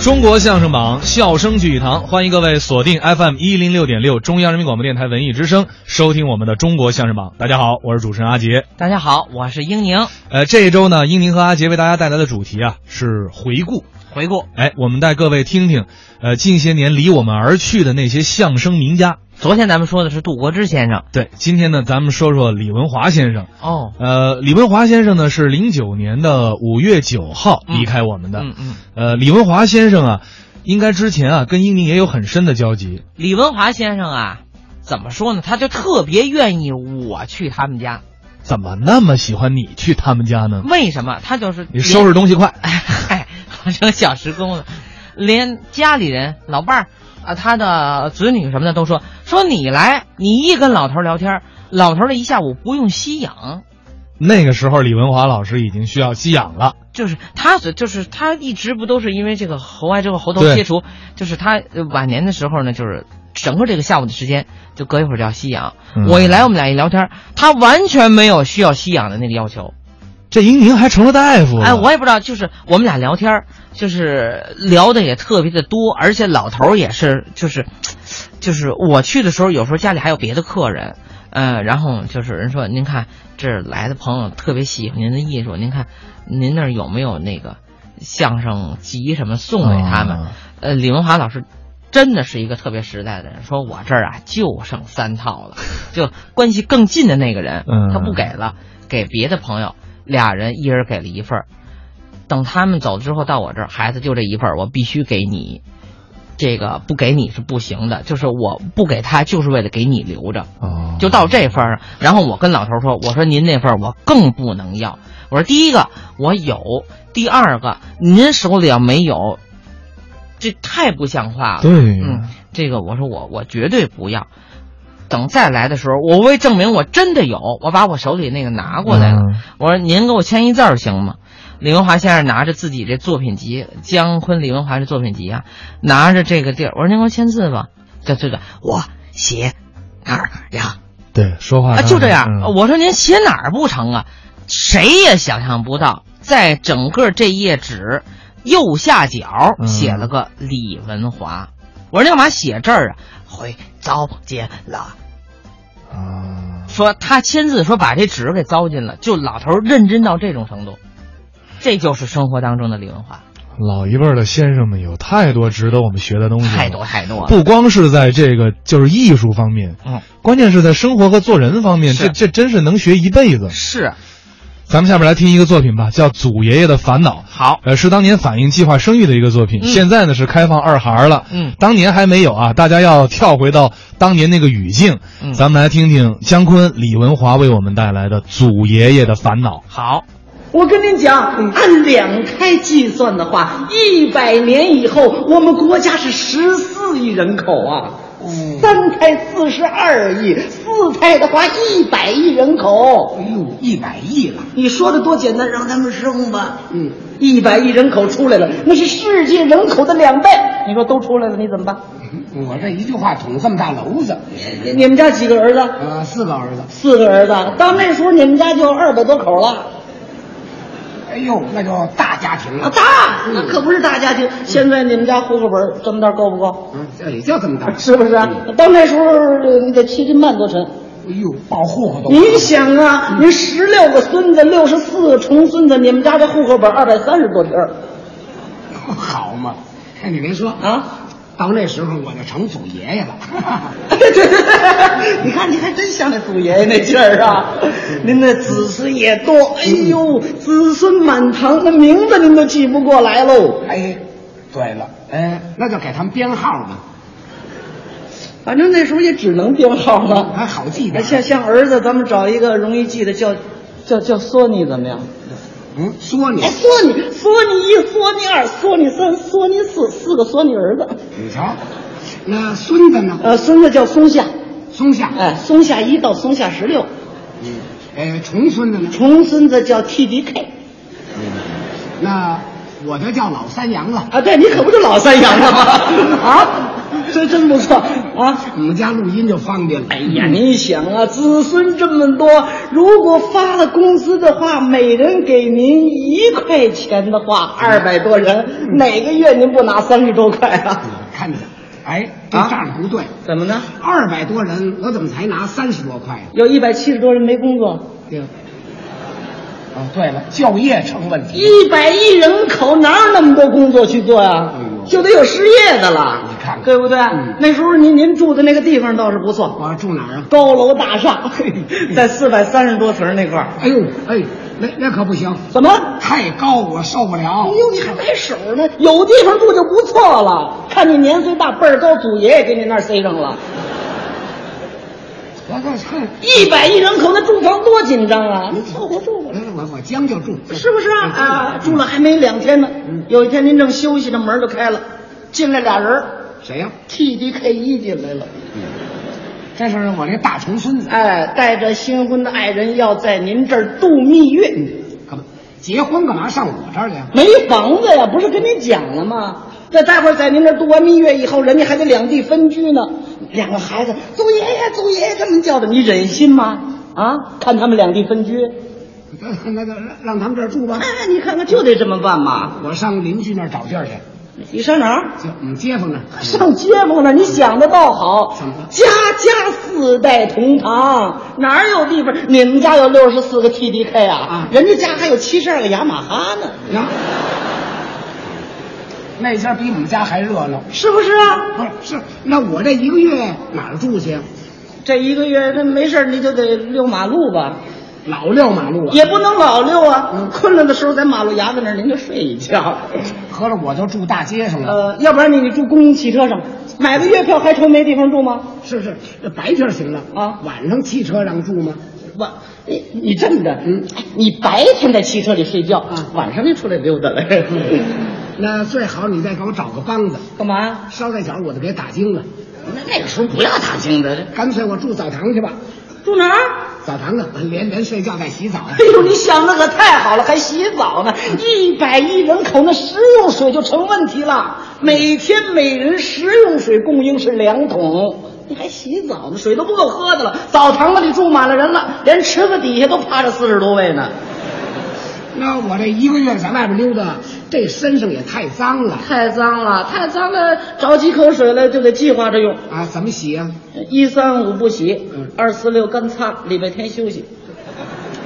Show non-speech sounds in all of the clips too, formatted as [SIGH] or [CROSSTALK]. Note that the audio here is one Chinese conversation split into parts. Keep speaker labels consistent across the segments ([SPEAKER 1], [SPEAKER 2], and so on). [SPEAKER 1] 中国相声榜，笑声聚一堂，欢迎各位锁定 FM 一零六点六，中央人民广播电台文艺之声，收听我们的中国相声榜。大家好，我是主持人阿杰。
[SPEAKER 2] 大家好，我是英宁。
[SPEAKER 1] 呃，这一周呢，英宁和阿杰为大家带来的主题啊是回顾。
[SPEAKER 2] 回顾
[SPEAKER 1] 哎，我们带各位听听，呃，近些年离我们而去的那些相声名家。
[SPEAKER 2] 昨天咱们说的是杜国之先生
[SPEAKER 1] 对，今天呢，咱们说说李文华先生。
[SPEAKER 2] 哦，
[SPEAKER 1] 呃，李文华先生呢是零九年的五月九号
[SPEAKER 2] 嗯
[SPEAKER 1] 离开我们的。
[SPEAKER 2] 嗯嗯，
[SPEAKER 1] 呃，李文华先生啊，应该之前啊跟英宁也有很深的交集。
[SPEAKER 2] 李文华先生啊，怎么说呢？他就特别愿意我去他们家，
[SPEAKER 1] 怎么那么喜欢你去他们家呢？
[SPEAKER 2] 为什么？他就是
[SPEAKER 1] 你收拾东西快，
[SPEAKER 2] 哎 [LAUGHS] 哎，我成小时工了，连家里人、老伴儿啊，他的子女什么的都说说你来，你一跟老头儿聊天儿，老头儿这一下午不用吸氧。
[SPEAKER 1] 那个时候李文华老师已经需要吸氧了。
[SPEAKER 2] 就是他所，就是他一直不都是因为这个喉癌之后喉头
[SPEAKER 1] 对
[SPEAKER 2] 切除，就是他呃晚年的时候呢，就是整个这个下午的时间，就隔一会儿就要吸氧。
[SPEAKER 1] 嗯
[SPEAKER 2] 我一来，我们俩一聊天，他完全没有需要吸氧的那个要求。
[SPEAKER 1] 这英宁还成了大夫了。
[SPEAKER 2] 哎，我也不知道，就是我们俩聊天，就是聊的也特别的多，而且老头儿也是，就是，就是我去的时候，有时候家里还有别的客人，呃，然后就是人说，您看这儿来的朋友特别喜欢您的艺术，您看您那儿有没有那个相声集什么送给他们？
[SPEAKER 1] 啊
[SPEAKER 2] 呃，李文华老师真的是一个特别实在的人，说我这儿啊就剩三套了，就关系更近的那个人，
[SPEAKER 1] 嗯
[SPEAKER 2] 他不给了，给别的朋友，俩人一人给了一份儿。等他们走之后到我这儿，孩子就这一份儿，我必须给你。这个不给你是不行的，就是我不给他，就是为了给你留着。
[SPEAKER 1] 哦
[SPEAKER 2] 就到这份儿上。然后我跟老头儿说：“我说您那份儿我更不能要。我说第一个我有，第二个您手里要没有，这太不像话了。
[SPEAKER 1] 对，
[SPEAKER 2] 嗯，这个我说我我绝对不要。等再来的时候，我为证明我真的有，我把我手里那个拿过来了。
[SPEAKER 1] 嗯
[SPEAKER 2] 我说您给我签一字儿行吗？李文华先生拿着自己这作品集，姜昆、李文华这作品集啊，拿着这个地儿，我说您给我签字吧。对对对，我写哪儿呀？
[SPEAKER 1] 对，说话
[SPEAKER 2] 啊，
[SPEAKER 1] 上
[SPEAKER 2] 就这样。
[SPEAKER 1] 嗯
[SPEAKER 2] 我说您写哪儿不成啊？谁也想象不到，在整个这页纸右下角
[SPEAKER 1] 嗯
[SPEAKER 2] 写了个李文华。我说你干嘛写这儿啊？回糟践了。
[SPEAKER 1] 啊
[SPEAKER 2] 说他亲自说把这纸给糟践了，就老头儿认真到这种程度，这就是生活当中的李文华，
[SPEAKER 1] 老一辈儿的先生们有太多值得我们学的东西了，
[SPEAKER 2] 太多太多了。
[SPEAKER 1] 嗯不光是在这个就是艺术方面，
[SPEAKER 2] 嗯，
[SPEAKER 1] 关键是在生活和做人方面，
[SPEAKER 2] 是
[SPEAKER 1] 这这真是能学一辈子。
[SPEAKER 2] 是
[SPEAKER 1] 咱们下面来听一个作品吧，叫《祖爷爷的烦恼》。
[SPEAKER 2] 好，
[SPEAKER 1] 呃，是当年反映计划生育的一个作品，
[SPEAKER 2] 嗯
[SPEAKER 1] 现在呢是开放二孩了。
[SPEAKER 2] 嗯
[SPEAKER 1] 当年还没有啊，大家要跳回到当年那个语境。
[SPEAKER 2] 嗯
[SPEAKER 1] 咱们来听听姜昆、李文华为我们带来的《祖爷爷的烦恼》。
[SPEAKER 2] 好，
[SPEAKER 3] 我跟您讲，按两开计算的话，一百年以后，我们国家是十四亿人口啊。
[SPEAKER 4] 嗯
[SPEAKER 3] 三胎四十二亿，四胎的话一百亿人口。哎呦，一百亿了！你说的多简单，让他们生吧。嗯，一百亿人口出来了，那是世界人口的两倍。你说都出来了，你怎么办？
[SPEAKER 4] 我这一句话捅这么大娄子，
[SPEAKER 3] 你你们家几个儿子？
[SPEAKER 4] 呃，四个儿子，
[SPEAKER 3] 四个儿子。到那时候你们家就二百多口了。
[SPEAKER 4] 哎呦，那就大家庭
[SPEAKER 3] 啊，
[SPEAKER 4] 了，
[SPEAKER 3] 大那可不是大家庭。现在你们家户口本儿这么大够不够？
[SPEAKER 4] 嗯，这也就这么大，
[SPEAKER 3] [LAUGHS] 是不是哦啊？到那时候呃你得七斤半多沉。
[SPEAKER 4] 哎呦，保护活动，
[SPEAKER 3] 你想啊，您十六个孙子，六十四个重孙子，你们家这户口本二百三十多题儿
[SPEAKER 4] 好嘛？哎你别说，
[SPEAKER 3] 啊！ [LAUGHS]
[SPEAKER 4] 到那时候我就成祖爷爷了，
[SPEAKER 3] 对对对， [LAUGHS] 你看你还真像那祖爷爷那劲儿啊！您的子孙也多，哎呦，子孙满堂，那名字您都记不过来喽。
[SPEAKER 4] 哎，对了，哎，那就给他们编号吧，
[SPEAKER 3] 反正那时候也只能编号了。 [LAUGHS] 哎
[SPEAKER 4] 还好记点，
[SPEAKER 3] 像像儿子，咱们找一个容易记的，叫叫叫索尼怎么样？
[SPEAKER 4] 嗯，说你
[SPEAKER 3] 哎，，索尼，索尼一，索尼二，索尼三，索尼四，四个索尼儿子。
[SPEAKER 4] 你瞧，那孙子呢？
[SPEAKER 3] 呃，孙子叫松下，
[SPEAKER 4] 松下，
[SPEAKER 3] 哎，松下一到松下十六，
[SPEAKER 4] 嗯，哎，重孙子呢？
[SPEAKER 3] 重孙子叫 TDK
[SPEAKER 4] 那我
[SPEAKER 3] 哎
[SPEAKER 4] 就叫老三阳了，
[SPEAKER 3] 啊，对你可不是老三阳了吗？啊，这真不错，啊。
[SPEAKER 4] 我们家录音就方便了。
[SPEAKER 3] 哎呀，你想啊，子孙这么多，如果发了工资的话，每人给您一块钱的话，二百多人，哪个月您不拿三十多块啊？
[SPEAKER 4] 嗯看着，哎，这
[SPEAKER 3] 啊
[SPEAKER 4] 账不对，
[SPEAKER 3] 怎么呢？
[SPEAKER 4] 二百多人，我怎么才拿三十多块呢？啊
[SPEAKER 3] 有一百七十多人没工作，
[SPEAKER 4] 对吧？哦，对了，就业成问题。
[SPEAKER 3] 一百亿人口哪有那么多工作去做呀、
[SPEAKER 4] 哎呦
[SPEAKER 3] 就得有失业的了，
[SPEAKER 4] 你看看
[SPEAKER 3] 对不对？
[SPEAKER 4] 嗯
[SPEAKER 3] 那时候您您住的那个地方倒是不错，
[SPEAKER 4] 我住哪儿啊？
[SPEAKER 3] 高楼大 [LAUGHS] 厦，在四百三十多层那块儿。
[SPEAKER 4] 哎呦，哎，那那可不行，
[SPEAKER 3] 怎么？
[SPEAKER 4] 太高我受不了
[SPEAKER 3] 哎。呦，你还摆手呢？有地方住就不错了。看你年岁大，辈儿高，祖爷爷给你那儿塞上了。
[SPEAKER 4] 我这看，
[SPEAKER 3] 一百亿人口，那住房多紧张啊！您凑合住吧。
[SPEAKER 4] 哎我我将就住，
[SPEAKER 3] 是不是啊？啊，住了还没两天呢
[SPEAKER 4] 嗯。
[SPEAKER 3] 有一天您正休息呢，门儿就开了，进来俩人儿
[SPEAKER 4] 谁呀、嗯
[SPEAKER 3] ，TDK 一进来了，
[SPEAKER 4] 这是我这大重孙子，
[SPEAKER 3] 哎，带着新婚的爱人要在您这儿度蜜月，
[SPEAKER 4] 干嘛结婚干嘛上我这儿去啊？
[SPEAKER 3] 没房子呀，不是跟你讲了吗？这大伙儿在您这儿度完蜜月以后，人家还得两地分居呢。两个孩子，祖爷爷，祖爷爷，这么叫着，你忍心吗？啊，看他们两地分居，
[SPEAKER 4] 那那个让让他们这儿住吧
[SPEAKER 3] 哎，，你看看就得这么办嘛。
[SPEAKER 4] 我上邻居那儿找地儿去，
[SPEAKER 3] 你上哪儿？
[SPEAKER 4] 就我们街坊那儿。
[SPEAKER 3] 上街坊那儿，你想的倒好
[SPEAKER 4] 怎么了，
[SPEAKER 3] 家家四代同堂，哪儿有地方？你们家有六十四个 TDK 啊，
[SPEAKER 4] 啊
[SPEAKER 3] 人家家还有七十二个雅马哈呢，
[SPEAKER 4] 呀，那家比我们家还热闹。
[SPEAKER 3] 是不是啊？
[SPEAKER 4] 不是，是那我这一个月哪儿住去啊？
[SPEAKER 3] 这一个月那没事儿你就得遛马路吧，
[SPEAKER 4] 老撂马路啊！
[SPEAKER 3] 也不能老遛啊。
[SPEAKER 4] 嗯
[SPEAKER 3] 困了的时候在马路牙子那儿您就睡一觉，
[SPEAKER 4] 合着我就住大街上了。
[SPEAKER 3] 呃，要不然你住公共汽车上，买个月票还愁没地方住吗？
[SPEAKER 4] 是是，这白天行了
[SPEAKER 3] 啊
[SPEAKER 4] 晚上汽车让住吗？
[SPEAKER 3] 晚，你你这么着，
[SPEAKER 4] 嗯
[SPEAKER 3] 哎，你白天在汽车里睡觉，
[SPEAKER 4] 啊嗯
[SPEAKER 3] 晚上就出来溜达了。
[SPEAKER 4] 那最好你再给我找个帮子，
[SPEAKER 3] 干嘛呀？
[SPEAKER 4] 捎带脚我就给打精了。
[SPEAKER 3] 那那个时 [LAUGHS] 候不要打精的，
[SPEAKER 4] 干脆我住澡堂去吧，
[SPEAKER 3] 住哪儿？
[SPEAKER 4] 澡堂子连连睡觉带洗澡。
[SPEAKER 3] 哎呦，你想的可太好了，还洗澡呢！一百亿人口，那食用水就成问题了。每天每人食用水供应是两桶，你还洗澡呢？水都不够喝的了。澡堂子里住满了人了，连池子底下都趴着四十多位呢。
[SPEAKER 4] 那我这一个月在外边溜达，这身上也太脏了
[SPEAKER 3] 太脏了，太脏了，着几口水了就得计划着用。
[SPEAKER 4] 啊！怎么洗啊？
[SPEAKER 3] 一三五不洗
[SPEAKER 4] 嗯，
[SPEAKER 3] 二四六干擦，礼拜天休息。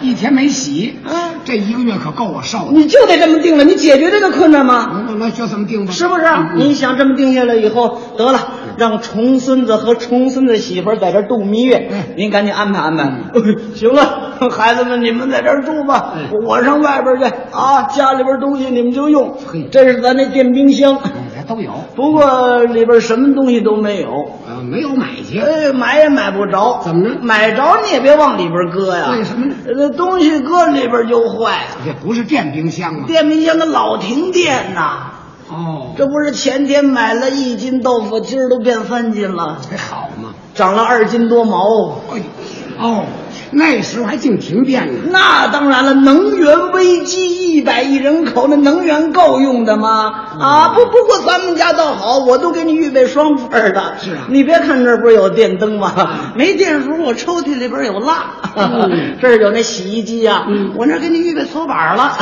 [SPEAKER 4] 一天没洗
[SPEAKER 3] 啊
[SPEAKER 4] 这一个月可够我受的。
[SPEAKER 3] 你就得这么定了，你解决这个困难吗？
[SPEAKER 4] 那那就这么定吧，
[SPEAKER 3] 是不是？
[SPEAKER 4] 嗯
[SPEAKER 3] 你想这么定下来以后，得了，让重孙子和重孙子媳妇儿在这儿度蜜月
[SPEAKER 4] 嗯，
[SPEAKER 3] 您赶紧安排安排。 [LAUGHS] 行了，孩子们，你们在这儿住吧
[SPEAKER 4] 嗯，
[SPEAKER 3] 我上外边去啊，家里边东西你们就用
[SPEAKER 4] 嘿。
[SPEAKER 3] 这是咱那电冰箱，
[SPEAKER 4] 嗯这都有
[SPEAKER 3] 不过里边什么东西都没有，
[SPEAKER 4] 啊，没有买去。
[SPEAKER 3] 哎，买也买不着。
[SPEAKER 4] 怎么着
[SPEAKER 3] 买着你也别往里边搁呀。
[SPEAKER 4] 为什么呢
[SPEAKER 3] 这东西搁里边就坏。
[SPEAKER 4] 这不是电冰箱吗？
[SPEAKER 3] 电冰箱它老停电呐。
[SPEAKER 4] 哦，
[SPEAKER 3] 这不是前天买了一斤豆腐，今儿都变三斤了，
[SPEAKER 4] 这好嘛。
[SPEAKER 3] 长了二斤多毛。
[SPEAKER 4] 哎呦哦，那时候还净停电呢。
[SPEAKER 3] 那当然了，能源危机，一百亿人口，那能源够用的吗？
[SPEAKER 4] 嗯
[SPEAKER 3] 啊，不，不过咱们家倒好，我都给你预备双份儿的。
[SPEAKER 4] 是啊
[SPEAKER 3] 你别看这儿不是有电灯吗？没电的时候，我抽屉里边有蜡，
[SPEAKER 4] [LAUGHS] 嗯
[SPEAKER 3] [LAUGHS] 这儿有那洗衣机啊，
[SPEAKER 4] 嗯
[SPEAKER 3] 我那儿给你预备搓板了，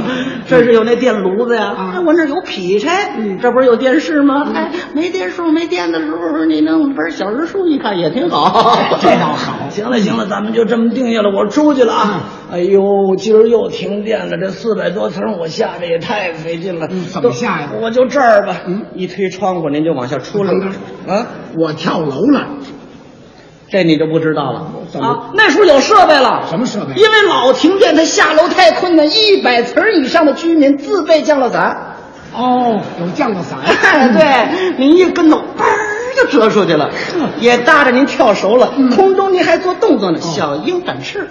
[SPEAKER 4] [LAUGHS]
[SPEAKER 3] 这儿是有那电炉子呀、
[SPEAKER 4] 啊。
[SPEAKER 3] 哎我那儿有劈柴，这不是有电视吗？哎，没电视没电的时候，你弄本小人书一看也挺好
[SPEAKER 4] 哎这倒好
[SPEAKER 3] [LAUGHS]
[SPEAKER 4] 嗯
[SPEAKER 3] 行了行了，咱们就这么定下了。我出去了啊！哎呦，今儿又停电了，这四百多层我下的也太费劲了。
[SPEAKER 4] 嗯怎么下呀
[SPEAKER 3] 都我就这儿吧。
[SPEAKER 4] 嗯
[SPEAKER 3] 一推窗户您就往下出来
[SPEAKER 4] 等
[SPEAKER 3] 了啊！
[SPEAKER 4] 呃我跳楼了，
[SPEAKER 3] 这你就不知道了
[SPEAKER 4] 怎么
[SPEAKER 3] 啊！那时候有设备了，
[SPEAKER 4] 什么设备
[SPEAKER 3] 因为老停电，它下楼太困难，一百层以上的居民自备降落伞。
[SPEAKER 4] [LAUGHS] 哦，有降落伞。
[SPEAKER 3] 哎， [LAUGHS] 对，您一跟头，嘣儿就折出去
[SPEAKER 4] [LAUGHS]
[SPEAKER 3] 了，也搭着您跳熟了，
[SPEAKER 4] 嗯
[SPEAKER 3] 空中您还做动
[SPEAKER 4] 哦
[SPEAKER 3] 作呢，小鹰展
[SPEAKER 4] [LAUGHS]
[SPEAKER 3] 翅。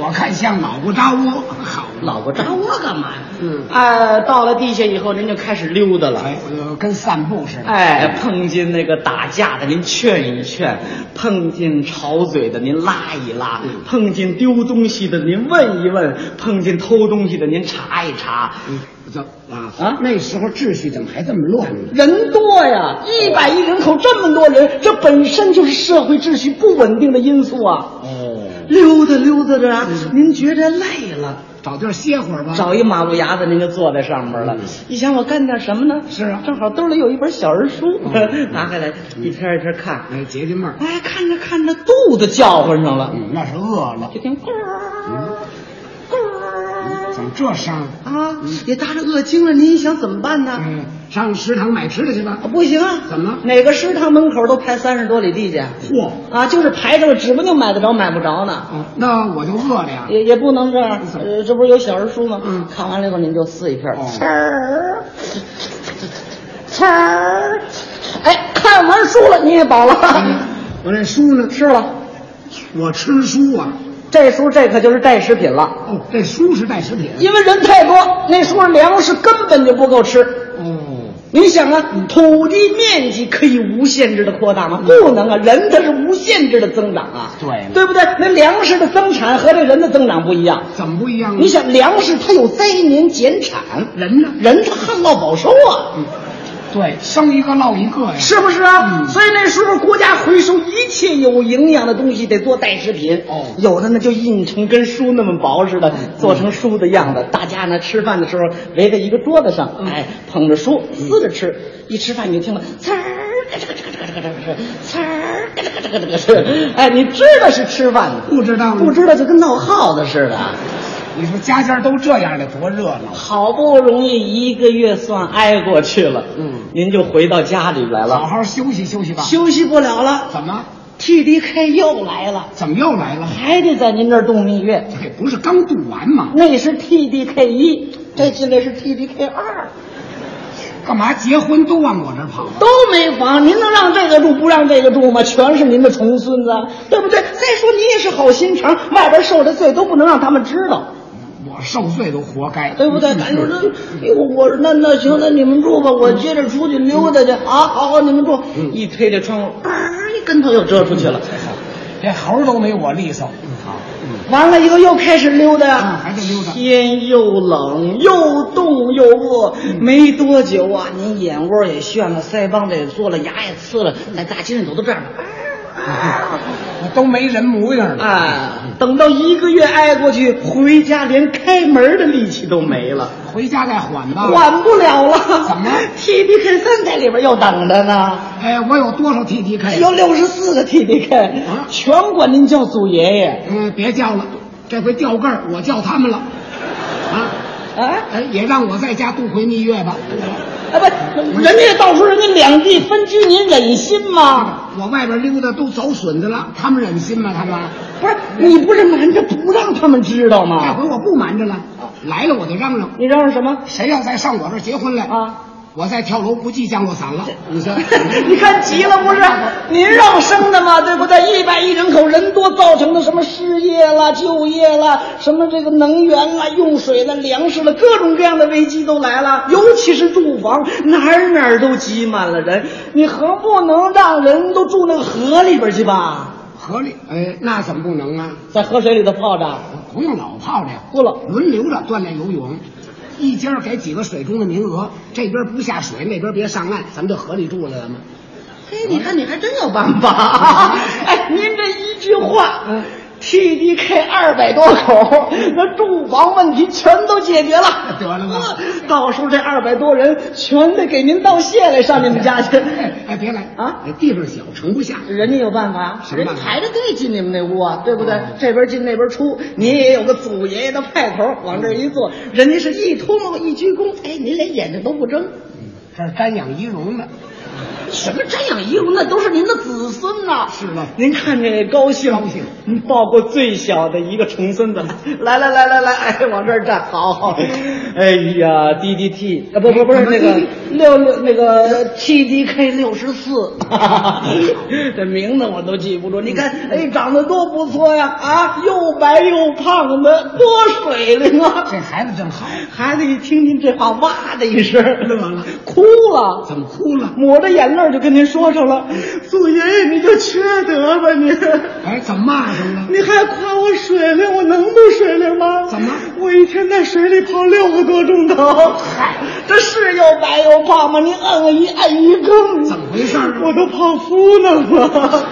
[SPEAKER 4] 我看像老不扎窝，好嘛
[SPEAKER 3] 老不扎窝干嘛呀？
[SPEAKER 4] 嗯
[SPEAKER 3] 啊，到了地下以后，您就开始溜达了。
[SPEAKER 4] 哎，我就跟散步似的。
[SPEAKER 3] 哎，碰见那个打架的，您劝一劝；碰见吵嘴的，您拉一拉；
[SPEAKER 4] 嗯嗯
[SPEAKER 3] 碰见丢东西的，您问一问；碰见偷东西的，您查一查。
[SPEAKER 4] 怎么啊
[SPEAKER 3] 啊
[SPEAKER 4] 那时候秩序怎么还这么乱呢？
[SPEAKER 3] 人多呀，一百亿人口这么多人，这本身就是社会秩序不稳定的因素啊。
[SPEAKER 4] 哦，嗯
[SPEAKER 3] 溜达溜达着啊，您觉着累了，
[SPEAKER 4] 找地儿歇会儿吧。
[SPEAKER 3] 找一马路牙子，您就坐在上面了。
[SPEAKER 4] 嗯
[SPEAKER 3] 一想我干点什么呢？
[SPEAKER 4] 是啊
[SPEAKER 3] 正好兜里有一本小人书，[LAUGHS]
[SPEAKER 4] 嗯
[SPEAKER 3] 拿开来一篇一篇看。
[SPEAKER 4] 哎，解解闷儿。
[SPEAKER 3] 哎，看着看着，肚子叫唤上了，
[SPEAKER 4] 嗯，那是饿了
[SPEAKER 3] 就。听咕儿
[SPEAKER 4] 嗯
[SPEAKER 3] 咕儿
[SPEAKER 4] 怎么这声儿？
[SPEAKER 3] 啊，也搭着饿精了。您一想怎么办呢？
[SPEAKER 4] 嗯，上食堂买吃的去吧
[SPEAKER 3] 啊。
[SPEAKER 4] 哦
[SPEAKER 3] 不行啊，
[SPEAKER 4] 怎么了
[SPEAKER 3] 哪个食堂门口都排三十多里地去
[SPEAKER 4] 嚯，
[SPEAKER 3] 啊，就是排着了，指不定买得着买不着呢。
[SPEAKER 4] 哦，那我就饿了呀。
[SPEAKER 3] 也也不能这样，呃，这不是有小人书吗？
[SPEAKER 4] 嗯
[SPEAKER 3] 看完了以后您就撕一片儿，
[SPEAKER 4] 哦
[SPEAKER 3] 呲儿，呲儿，哎，看完书了你也饱了，
[SPEAKER 4] 啊
[SPEAKER 3] [LAUGHS]
[SPEAKER 4] 我这书呢？
[SPEAKER 3] 吃了。
[SPEAKER 4] 我吃书啊。
[SPEAKER 3] 这书这可就是带食品了，
[SPEAKER 4] 哦，这书是带食品。
[SPEAKER 3] 因为人太多，那时候粮食根本就不够吃。
[SPEAKER 4] 哦，
[SPEAKER 3] 你想啊，土地面积可以无限制的扩大吗？不能啊，人它是无限制的增长啊，
[SPEAKER 4] 嗯对
[SPEAKER 3] 对不对？那粮食的增产和这人的增长不一样。
[SPEAKER 4] 怎么不一样呢？
[SPEAKER 3] 你想，粮食它有灾年减产，
[SPEAKER 4] 人嗯呢？
[SPEAKER 3] 人它旱涝保收啊，
[SPEAKER 4] 对，生一个落一个呀。
[SPEAKER 3] 是不是啊？
[SPEAKER 4] 嗯
[SPEAKER 3] 所以那时候国家回收一切有营养的东西得做代食品，
[SPEAKER 4] 哦嗯
[SPEAKER 3] 有的呢就印成跟书那么薄似的，做成书的样子。大家呢吃饭的时候围在一个桌子上，
[SPEAKER 4] 嗯
[SPEAKER 3] 哎，捧着书撕着吃，一吃饭你就听了呲儿。咯吱咯吱咯吱咯吱咯吱，呲儿咯吱咯吱咯吱咯吱。哎，你知道是吃饭的，
[SPEAKER 4] 嗯不知道吗
[SPEAKER 3] 不知道就跟闹耗子似的。
[SPEAKER 4] 你说家家都这样的，多热闹。
[SPEAKER 3] 好不容易一个月算挨过去了，
[SPEAKER 4] 嗯
[SPEAKER 3] 您就回到家里来
[SPEAKER 4] 好
[SPEAKER 3] 了，
[SPEAKER 4] 好休息休息吧。
[SPEAKER 3] 休息不了了
[SPEAKER 4] 怎么？
[SPEAKER 3] ，TDK 又来了，
[SPEAKER 4] 怎么又来了？
[SPEAKER 3] 还得在您这儿度蜜月，
[SPEAKER 4] 这不是刚度完吗？
[SPEAKER 3] 那是 TDK 一，这进来是 TDK 二，
[SPEAKER 4] 干嘛结婚都往我这儿跑啊？
[SPEAKER 3] 都没房，您能让这个住不让这个住吗？全是您的重孙子，对不对？再说你也是好心肠，外边受的罪都不能让他们知道。
[SPEAKER 4] 我受罪都活该，
[SPEAKER 3] 对不对？ [LAUGHS]
[SPEAKER 4] 嗯
[SPEAKER 3] 咱就说，哎呦，我那那行，那你们住吧，我接着出去溜达去。啊，好好，你们住。一推这窗户，啊，一跟头又折出去了。
[SPEAKER 4] 这猴都没我利索。嗯好，
[SPEAKER 3] 完了以后又开始溜达
[SPEAKER 4] 嗯，
[SPEAKER 3] 呀。
[SPEAKER 4] 还得溜达。
[SPEAKER 3] 天又冷又冻又饿，
[SPEAKER 4] 嗯
[SPEAKER 3] 没多久啊，您眼窝也眩了，腮帮子也做了，牙也刺了，在大街上走到这儿
[SPEAKER 4] 都没人模样了。
[SPEAKER 3] 啊，等到一个月挨过去，回家连开门的力气都没了。
[SPEAKER 4] 回家再缓吧。
[SPEAKER 3] 管不了了。
[SPEAKER 4] 啊怎么
[SPEAKER 3] t d k 三在里边又等着呢，
[SPEAKER 4] 哎，我有多少 T T
[SPEAKER 3] 有
[SPEAKER 4] K？
[SPEAKER 3] 六十四个 TDK，
[SPEAKER 4] 哎啊
[SPEAKER 3] 全管您叫祖爷爷。
[SPEAKER 4] 嗯，别叫了，这回掉盖儿，我叫他们了。啊，
[SPEAKER 3] 啊，
[SPEAKER 4] 哎，也让我在家度回蜜月吧。
[SPEAKER 3] 啊不，人家到时候人家两地分居，您忍心吗？
[SPEAKER 4] 啊我外边溜达都走损的了，他们忍心吗？他们，
[SPEAKER 3] 不是，你不是瞒着不让他们知道
[SPEAKER 4] 这
[SPEAKER 3] 吗？
[SPEAKER 4] 回我不瞒着了，来了我就嚷嚷，
[SPEAKER 3] 你嚷嚷什么
[SPEAKER 4] 谁要再上我这儿结婚来，
[SPEAKER 3] 啊？ [LAUGHS]
[SPEAKER 4] 我再跳楼不计降落伞了。你说
[SPEAKER 3] 你看急了不是？您让生的嘛，对不对？一百亿人口人多造成的什么失业啦、就业啦、什么这个能源啦、用水啦、粮食啦，各种各样的危机都来了，尤其是住房，哪儿哪儿都挤满了人。你何不能让人都住那个河里边去吧？
[SPEAKER 4] 合理？哎，那怎么不能啊？
[SPEAKER 3] 在河水里头泡着，
[SPEAKER 4] 不用老泡着呀，
[SPEAKER 3] 不了
[SPEAKER 4] 轮流着锻炼游泳。一家儿给几个水中的名额，这边不下水，那边别上岸，咱们就河里住了，咱们。
[SPEAKER 3] 嘿，哎你看你还真有办
[SPEAKER 4] [LAUGHS]
[SPEAKER 3] 法！哎，您这一句话
[SPEAKER 4] 嗯
[SPEAKER 3] ，TDK 二百多口，那住房问题全都解决了，
[SPEAKER 4] 得了吧
[SPEAKER 3] 嗯到时候这二百多人全得给您道谢来，上你们家
[SPEAKER 4] [LAUGHS]
[SPEAKER 3] 去。
[SPEAKER 4] 哎，别来
[SPEAKER 3] 啊！
[SPEAKER 4] 哎地方小，盛不下。
[SPEAKER 3] 人家有办法，
[SPEAKER 4] 什么
[SPEAKER 3] 人家
[SPEAKER 4] 办法
[SPEAKER 3] 排着队进你们那屋啊，对不对？
[SPEAKER 4] 哦
[SPEAKER 3] 这边进那边出，您也有个祖爷爷的派头，往这儿一坐，人家是一秃噜一鞠躬，哎，您连眼睛都不睁。
[SPEAKER 4] 这是瞻仰仪容呢。
[SPEAKER 3] 什么瞻仰仪容，那都是您的子孙呐、
[SPEAKER 4] 是吗
[SPEAKER 3] 您看这高兴，
[SPEAKER 4] 高兴
[SPEAKER 3] 您抱过最小的一个重孙子， [LAUGHS] 来来来来来，哎，往这儿站，好好。哎呀，D D T 啊，不不不是
[SPEAKER 4] 什么
[SPEAKER 3] 那个
[SPEAKER 4] DDT
[SPEAKER 3] 六六那个 [LAUGHS] TDK 六十四，这名字我都记不住。你看，哎，长得多不错呀！啊，又白又胖的，多水
[SPEAKER 4] [LAUGHS]
[SPEAKER 3] 灵啊！
[SPEAKER 4] 这孩子真好，
[SPEAKER 3] 孩子一听您这话，哇的一声
[SPEAKER 4] 乐了，
[SPEAKER 3] 哭了，
[SPEAKER 4] 怎么哭了？
[SPEAKER 3] 抹着眼泪儿就跟您说上了：“祖爷爷，你就缺德吧您！ [LAUGHS]
[SPEAKER 4] 哎，怎么骂上了？
[SPEAKER 3] 你还夸我水灵，我能不水灵吗？
[SPEAKER 4] 怎么
[SPEAKER 3] 我一天在水里泡六个多钟头，嗨，这是又白又胖吗？你摁我一摁一更，
[SPEAKER 4] 怎么回事儿啊
[SPEAKER 3] 我都泡敷弄了。”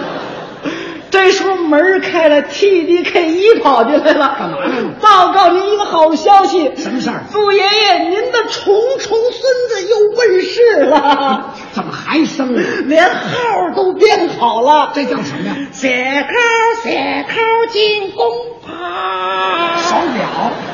[SPEAKER 3] 这时候门儿开了，TDK 一跑进来了，
[SPEAKER 4] 干嘛来了
[SPEAKER 3] 报告您一个好消息，
[SPEAKER 4] 什么事儿
[SPEAKER 3] 祖爷爷，您的重重孙子又问世了，
[SPEAKER 4] 怎么还生呢？
[SPEAKER 3] 连号儿都编好了。
[SPEAKER 4] 这叫什么呀？
[SPEAKER 3] 写扣写扣进宫趴，
[SPEAKER 4] 手表。